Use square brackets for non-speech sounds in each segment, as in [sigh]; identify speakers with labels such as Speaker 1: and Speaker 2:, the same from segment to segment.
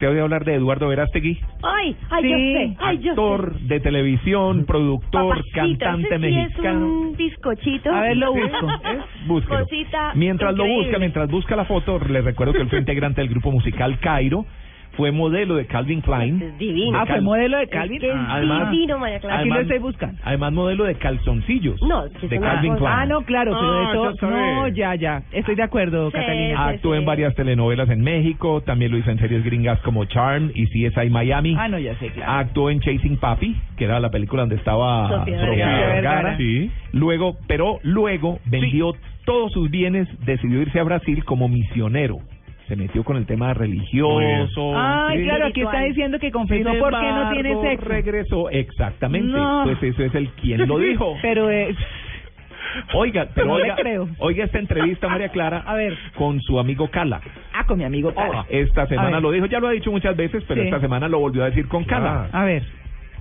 Speaker 1: Te voy a hablar de Eduardo Verástegui,
Speaker 2: Ay, ay, yo sé, ay, yo
Speaker 1: actor
Speaker 2: sé.
Speaker 1: de televisión, productor,
Speaker 2: Papacito,
Speaker 1: cantante
Speaker 2: ese sí
Speaker 1: mexicano.
Speaker 2: Es un bizcochito.
Speaker 1: A ver, lo
Speaker 2: Sí.
Speaker 1: busco. ¿eh? Búsquelo.
Speaker 2: Cosita
Speaker 1: Mientras lo
Speaker 2: increíble.
Speaker 1: busca, mientras busca la foto, les recuerdo que él fue integrante del grupo musical Cairo, fue modelo de Calvin Klein.
Speaker 2: Pues Es divino.
Speaker 3: Ah, fue modelo de
Speaker 2: Es
Speaker 3: Calvin.
Speaker 2: que es
Speaker 3: Ah,
Speaker 1: además-
Speaker 2: divino, María Clara.
Speaker 3: Aquí lo estoy buscando.
Speaker 1: Además, modelo de calzoncillos
Speaker 2: No, que
Speaker 1: de
Speaker 2: son una
Speaker 1: Calvin
Speaker 2: cosa-
Speaker 1: Klein.
Speaker 3: Ah, no, claro, pero
Speaker 1: Ah,
Speaker 3: eso...
Speaker 1: ya sabes.
Speaker 3: no, ya, ya. Estoy de acuerdo,
Speaker 2: Sí.
Speaker 3: Catalina.
Speaker 1: Actuó en
Speaker 2: sí.
Speaker 1: varias telenovelas en México, también lo hizo en series gringas como Charm y CSI Miami.
Speaker 3: Ah, no, ya sé, claro.
Speaker 1: Actuó en Chasing Papi, que era la película donde estaba
Speaker 2: Sofía
Speaker 1: Sofía
Speaker 3: Vergara.
Speaker 1: Vergara.
Speaker 4: Sí.
Speaker 1: Luego, pero luego vendió todos sus bienes, decidió irse a Brasil como misionero. Se metió con el tema
Speaker 4: Muy bien.
Speaker 1: religioso.
Speaker 3: Ay,
Speaker 1: Sí.
Speaker 3: claro, aquí está
Speaker 2: Espiritual.
Speaker 3: diciendo que
Speaker 1: Sin
Speaker 3: confesó porque no
Speaker 1: embargo,
Speaker 3: tiene sexo.
Speaker 1: regresó exactamente.
Speaker 3: No.
Speaker 1: Pues eso es el quien
Speaker 3: [laughs]
Speaker 1: lo dijo.
Speaker 3: Pero es...
Speaker 1: Oiga, pero
Speaker 3: No le
Speaker 1: oiga,
Speaker 3: creo.
Speaker 1: oiga esta entrevista María Clara
Speaker 3: A ver.
Speaker 1: con su amigo Cala.
Speaker 3: Ah, con mi amigo Tala.
Speaker 1: Esta
Speaker 3: A
Speaker 1: semana
Speaker 3: ver.
Speaker 1: lo dijo, ya lo ha dicho muchas veces, pero
Speaker 3: Sí.
Speaker 1: esta semana lo volvió a decir con Cala.
Speaker 3: A ver.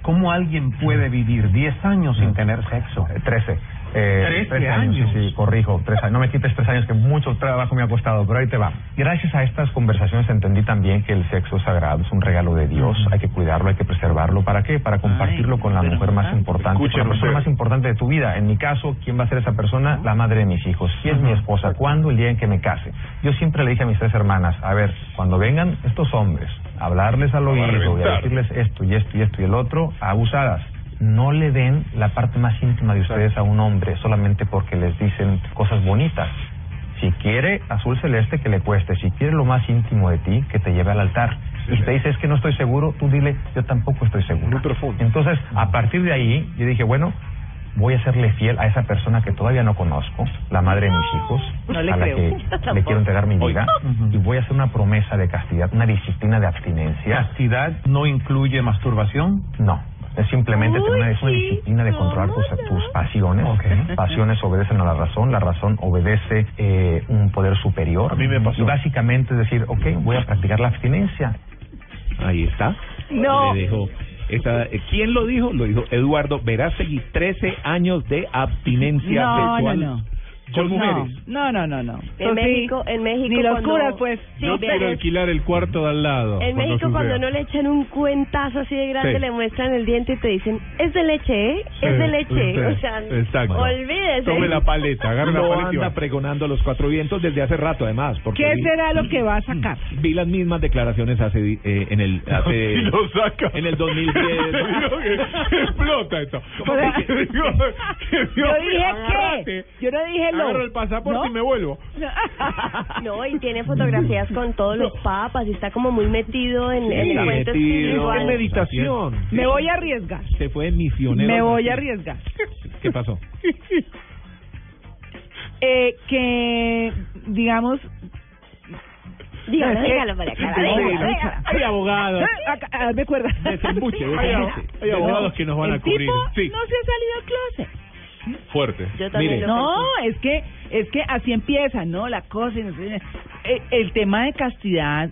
Speaker 5: ¿Cómo alguien puede vivir 10 años sin tener sexo? 13.
Speaker 4: ¿Trece
Speaker 5: 13 Eh, años. sí,
Speaker 4: años?
Speaker 5: Sí, corrijo. tres años. No me quites 3 años, que mucho trabajo me ha costado, pero ahí te va. Gracias a estas conversaciones entendí también que el sexo es sagrado, es un regalo de Dios. Hay que cuidarlo, hay que preservarlo. ¿Para qué? Para compartirlo con la
Speaker 3: pero,
Speaker 5: mujer
Speaker 3: ah.
Speaker 5: más importante, con
Speaker 4: Escúchelo
Speaker 5: la persona
Speaker 4: usted.
Speaker 5: más importante de tu vida. En mi caso, ¿quién va a ser esa persona? La madre de mis hijos. ¿Quién es mi esposa? ¿Cuándo? El día en que me case. Yo siempre le dije a mis tres hermanas, a ver, cuando vengan estos hombres, a hablarles al
Speaker 4: a
Speaker 5: oído y a
Speaker 4: reventar.
Speaker 5: decirles decirles esto y esto y esto y el otro, abusadas. No le den la parte más íntima de ustedes a un hombre solamente porque les dicen cosas bonitas. Si quiere azul celeste, que le cueste. Si quiere lo más íntimo de ti, que te lleve al altar. Y si te dice es que no estoy seguro, tú dile yo tampoco estoy seguro.
Speaker 1: Muy profundo.
Speaker 5: Entonces, a partir de ahí, yo dije, bueno, voy a serle fiel a esa persona que todavía no conozco, la madre de mis hijos,
Speaker 3: No le
Speaker 5: a la
Speaker 3: creo. [laughs]
Speaker 5: que le quiero entregar mi vida, y voy a hacer una promesa de castidad, una disciplina de abstinencia.
Speaker 4: ¿Castidad no incluye masturbación?
Speaker 5: No. Es simplemente
Speaker 2: Uy,
Speaker 5: tener es una
Speaker 2: sí,
Speaker 5: disciplina de controlar tus,
Speaker 2: ¿cómo no?
Speaker 5: tus pasiones. Pasiones obedecen a la razón, la razón obedece eh, un poder superior.
Speaker 4: A mí me pasó.
Speaker 5: Y básicamente es decir, ok, voy a practicar la abstinencia.
Speaker 1: Ahí está.
Speaker 3: No.
Speaker 1: Le dijo, esa- eh, ¿Quién lo dijo? Lo dijo Eduardo Verástegui, 13 años de abstinencia
Speaker 3: No, no,
Speaker 1: sexual
Speaker 3: no.
Speaker 1: con
Speaker 3: No,
Speaker 1: mujeres.
Speaker 3: No, no, no, no.
Speaker 2: En
Speaker 3: Eso sí,
Speaker 2: México, en México
Speaker 3: Ni los
Speaker 2: cuando-
Speaker 3: curas, pues.
Speaker 2: Sí, pero-
Speaker 4: alquilar el cuarto de al lado.
Speaker 2: En México cuando no le echan un cuentazo así de grande
Speaker 4: Sí.
Speaker 2: le muestran el diente y te dicen, es de leche, ¿eh?
Speaker 4: Sí,
Speaker 2: es de leche.
Speaker 4: sí,
Speaker 2: o sea,
Speaker 4: exacto.
Speaker 2: olvídese.
Speaker 4: paleta,
Speaker 1: No anda pregonando los cuatro vientos desde hace rato, además. Porque
Speaker 3: ¿Qué
Speaker 1: vi-
Speaker 3: será lo que va
Speaker 1: [laughs]
Speaker 3: a sacar?
Speaker 1: Vi las mismas declaraciones hace di- eh, en
Speaker 4: [laughs]
Speaker 1: el hace-
Speaker 4: Y lo saca.
Speaker 1: en el 2010.
Speaker 4: Digo que Explota esto.
Speaker 3: O [laughs] sea,
Speaker 4: Digo que
Speaker 3: Yo
Speaker 4: Dios,
Speaker 3: dije
Speaker 4: agárrate.
Speaker 3: qué. Yo no dije lo.
Speaker 4: Agarro el pasaporte
Speaker 3: ¿No?
Speaker 4: y me vuelvo.
Speaker 1: [laughs]
Speaker 2: No, y tiene fotografías con todos los papas y está como muy metido en, en el
Speaker 1: metido, en
Speaker 2: cuento espiritual.
Speaker 1: meditación.
Speaker 3: [laughs] Me voy a arriesgar.
Speaker 1: Se fue misionero.
Speaker 3: Me voy a arriesgar.
Speaker 1: ¿Qué
Speaker 3: [laughs]
Speaker 1: pasó?
Speaker 3: Eh, que, digamos...
Speaker 2: Dígalo,
Speaker 3: Eh,
Speaker 2: dígalo, María Clara,
Speaker 3: sí,
Speaker 2: dígalo,
Speaker 3: sí,
Speaker 2: dígalo.
Speaker 1: Soy abogado.
Speaker 3: Ah,
Speaker 4: eh,
Speaker 3: acá, ah, me acuerdo.
Speaker 1: Desembuche,
Speaker 4: [laughs] Hay, ab-
Speaker 1: desembuche.
Speaker 4: hay abogados
Speaker 3: No,
Speaker 4: que nos van
Speaker 3: el
Speaker 4: a cubrir.
Speaker 3: tipo
Speaker 4: Sí,
Speaker 3: no se ha salido al closet.
Speaker 4: fuerte.
Speaker 2: Yo también
Speaker 1: Mire,
Speaker 2: lo
Speaker 3: No,
Speaker 2: pensé.
Speaker 3: es que es que así empieza, ¿no? La cosa y no sé- eh, el tema de castidad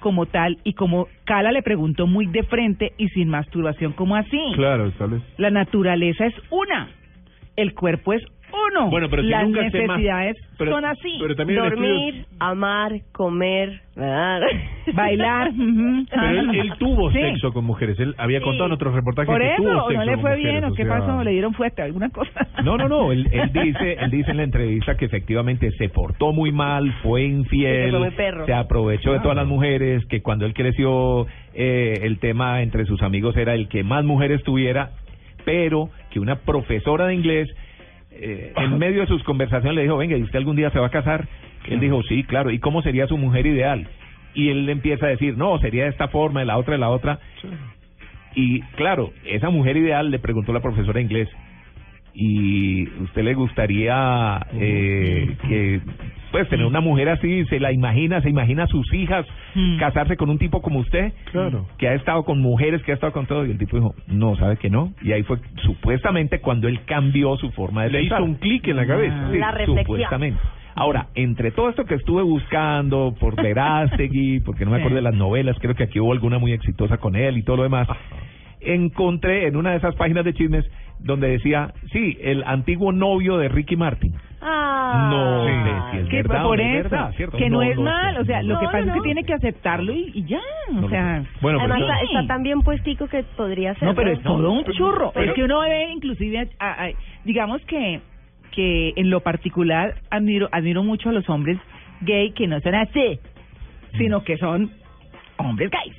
Speaker 3: como tal y como Cala le preguntó muy de frente y sin masturbación, ¿cómo así?
Speaker 4: Claro, ¿sabes?
Speaker 3: La naturaleza es una, el cuerpo es uno,
Speaker 4: Bueno, pero si
Speaker 3: las
Speaker 4: nunca se mas-
Speaker 3: necesidades
Speaker 4: pero-
Speaker 3: son así,
Speaker 4: pero también- el
Speaker 2: Dormir, amar, comer, ¿verdad? [laughs]
Speaker 4: [laughs]
Speaker 3: bailar. ujú.
Speaker 4: Pero él, él tuvo
Speaker 3: Sí.
Speaker 4: sexo con mujeres. Él había
Speaker 2: Sí.
Speaker 4: contado en otros reportajes
Speaker 3: Por
Speaker 4: que
Speaker 3: eso,
Speaker 4: tuvo
Speaker 3: ¿o
Speaker 4: sexo
Speaker 3: no le
Speaker 4: con
Speaker 3: fue
Speaker 4: mujeres,
Speaker 3: bien o
Speaker 4: o
Speaker 3: qué
Speaker 4: sea-
Speaker 3: pasó, le dieron fuerte alguna cosa.
Speaker 1: No, no, no. Él,
Speaker 3: [laughs]
Speaker 1: él dice, él dice en la entrevista que efectivamente se portó muy mal, fue
Speaker 2: Sí, que
Speaker 1: infiel,
Speaker 2: fue muy perro. Ah.
Speaker 1: se aprovechó de todas las mujeres, que cuando él creció eh, el tema entre sus amigos era el que más mujeres tuviera, pero que una profesora de inglés eh, en medio de sus conversaciones le dijo, venga, ¿y usted algún día se va a casar? Él dijo, sí, claro. ¿Y cómo sería su mujer ideal? Y él le empieza a decir, no, sería de esta forma, de la otra, de la otra. Y claro, esa mujer ideal le preguntó la profesora de inglés, y usted le gustaría eh, que pues tener una mujer así, se la imagina, se imagina a sus hijas
Speaker 3: Mm.
Speaker 1: casarse con un tipo como usted,
Speaker 4: Hmm. Claro.
Speaker 1: que ha estado con mujeres, que ha estado con todo, y el tipo dijo, no, sabe que no, y ahí fue supuestamente cuando él cambió su forma de
Speaker 4: Le hizo
Speaker 1: pensar.
Speaker 4: un clic en la cabeza.
Speaker 1: Sí,
Speaker 2: Ah, La reflexión.
Speaker 1: Supuestamente. Ahora, entre todo esto que estuve buscando por
Speaker 3: [laughs]
Speaker 1: Verástegui, porque no me acuerdo de las novelas, creo que aquí hubo alguna muy exitosa con él y todo lo demás, encontré en una de esas páginas de chismes donde decía, sí, el antiguo novio de Ricky Martin.
Speaker 2: Ah.
Speaker 1: No, Sí, sí, es
Speaker 3: que
Speaker 1: verdad,
Speaker 3: por
Speaker 1: es
Speaker 3: eso,
Speaker 1: verdad, ¿cierto?
Speaker 3: que no,
Speaker 1: No,
Speaker 3: es
Speaker 1: no,
Speaker 3: mal,
Speaker 1: sí,
Speaker 3: o sea,
Speaker 2: no,
Speaker 3: lo que
Speaker 2: no,
Speaker 3: pasa es que
Speaker 2: no.
Speaker 3: tiene que aceptarlo y, y ya, o
Speaker 1: No,
Speaker 3: sea...
Speaker 1: no. Bueno, pues, eh, pero
Speaker 2: Además
Speaker 1: entonces-
Speaker 2: está, está tan bien puestico que podría ser.
Speaker 3: No, pero es
Speaker 2: ¿no?
Speaker 3: todo un churro.
Speaker 4: Pero-
Speaker 3: es que uno ve, inclusive, a- a- digamos que, que en lo particular admiro, admiro mucho a los hombres gay que no son así, sino que son hombres gays.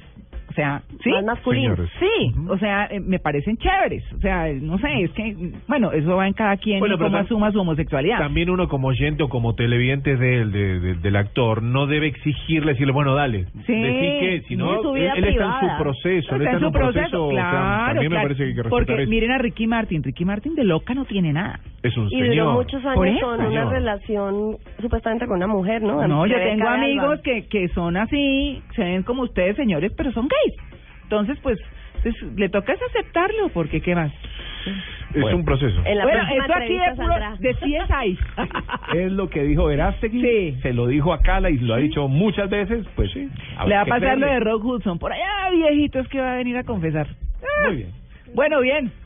Speaker 3: O sea, sí.
Speaker 2: Más masculino.
Speaker 4: Señores.
Speaker 3: Sí, o sea, eh, me parecen chéveres. O sea, no sé, es que, bueno, eso va en cada quien
Speaker 4: Bueno,
Speaker 3: y
Speaker 4: pero
Speaker 3: cómo
Speaker 4: tam-
Speaker 3: asuma su homosexualidad.
Speaker 4: También uno como oyente o como televidente del, de- de- del actor no debe exigirle, decirle, bueno, dale,
Speaker 3: Sí,
Speaker 4: decí que, si no,
Speaker 2: es su
Speaker 4: él,
Speaker 2: vida
Speaker 4: él está en
Speaker 2: privada.
Speaker 4: su proceso, él
Speaker 3: Está en
Speaker 4: está
Speaker 3: su
Speaker 4: en un proceso,
Speaker 3: proceso,
Speaker 4: o sea,
Speaker 3: claro,
Speaker 4: también me
Speaker 3: claro.
Speaker 4: parece que hay que respetar
Speaker 3: Porque
Speaker 4: eso.
Speaker 3: miren a Ricky Martin, Ricky Martin de loca no tiene nada.
Speaker 4: es un
Speaker 2: Y
Speaker 4: señor.
Speaker 2: duró muchos
Speaker 3: Por
Speaker 2: años
Speaker 3: eso,
Speaker 2: con una
Speaker 4: señor.
Speaker 2: relación supuestamente con una mujer, ¿no?
Speaker 3: No, yo
Speaker 2: Rebeca
Speaker 3: tengo
Speaker 2: de Alba.
Speaker 3: amigos que, que son así, se ven como ustedes, señores, pero son gays. Entonces, pues, es- le toca es aceptarlo, porque ¿qué más?
Speaker 4: Es
Speaker 1: Bueno.
Speaker 4: un proceso.
Speaker 2: En la
Speaker 3: bueno,
Speaker 2: próxima
Speaker 3: esto aquí
Speaker 2: entrevista
Speaker 3: de, puro,
Speaker 2: saldrá.
Speaker 4: [laughs]
Speaker 3: de [laughs] CSI.
Speaker 4: Eh,
Speaker 1: [laughs] Es lo que dijo Verástegui,
Speaker 3: Sí.
Speaker 1: se lo dijo a Cala y lo ha dicho muchas veces, pues sí.
Speaker 3: le va a pasar lo de Rock Hudson. Por allá, viejito, es que va a venir a confesar. Ah,
Speaker 1: Muy bien.
Speaker 3: Bueno, bien.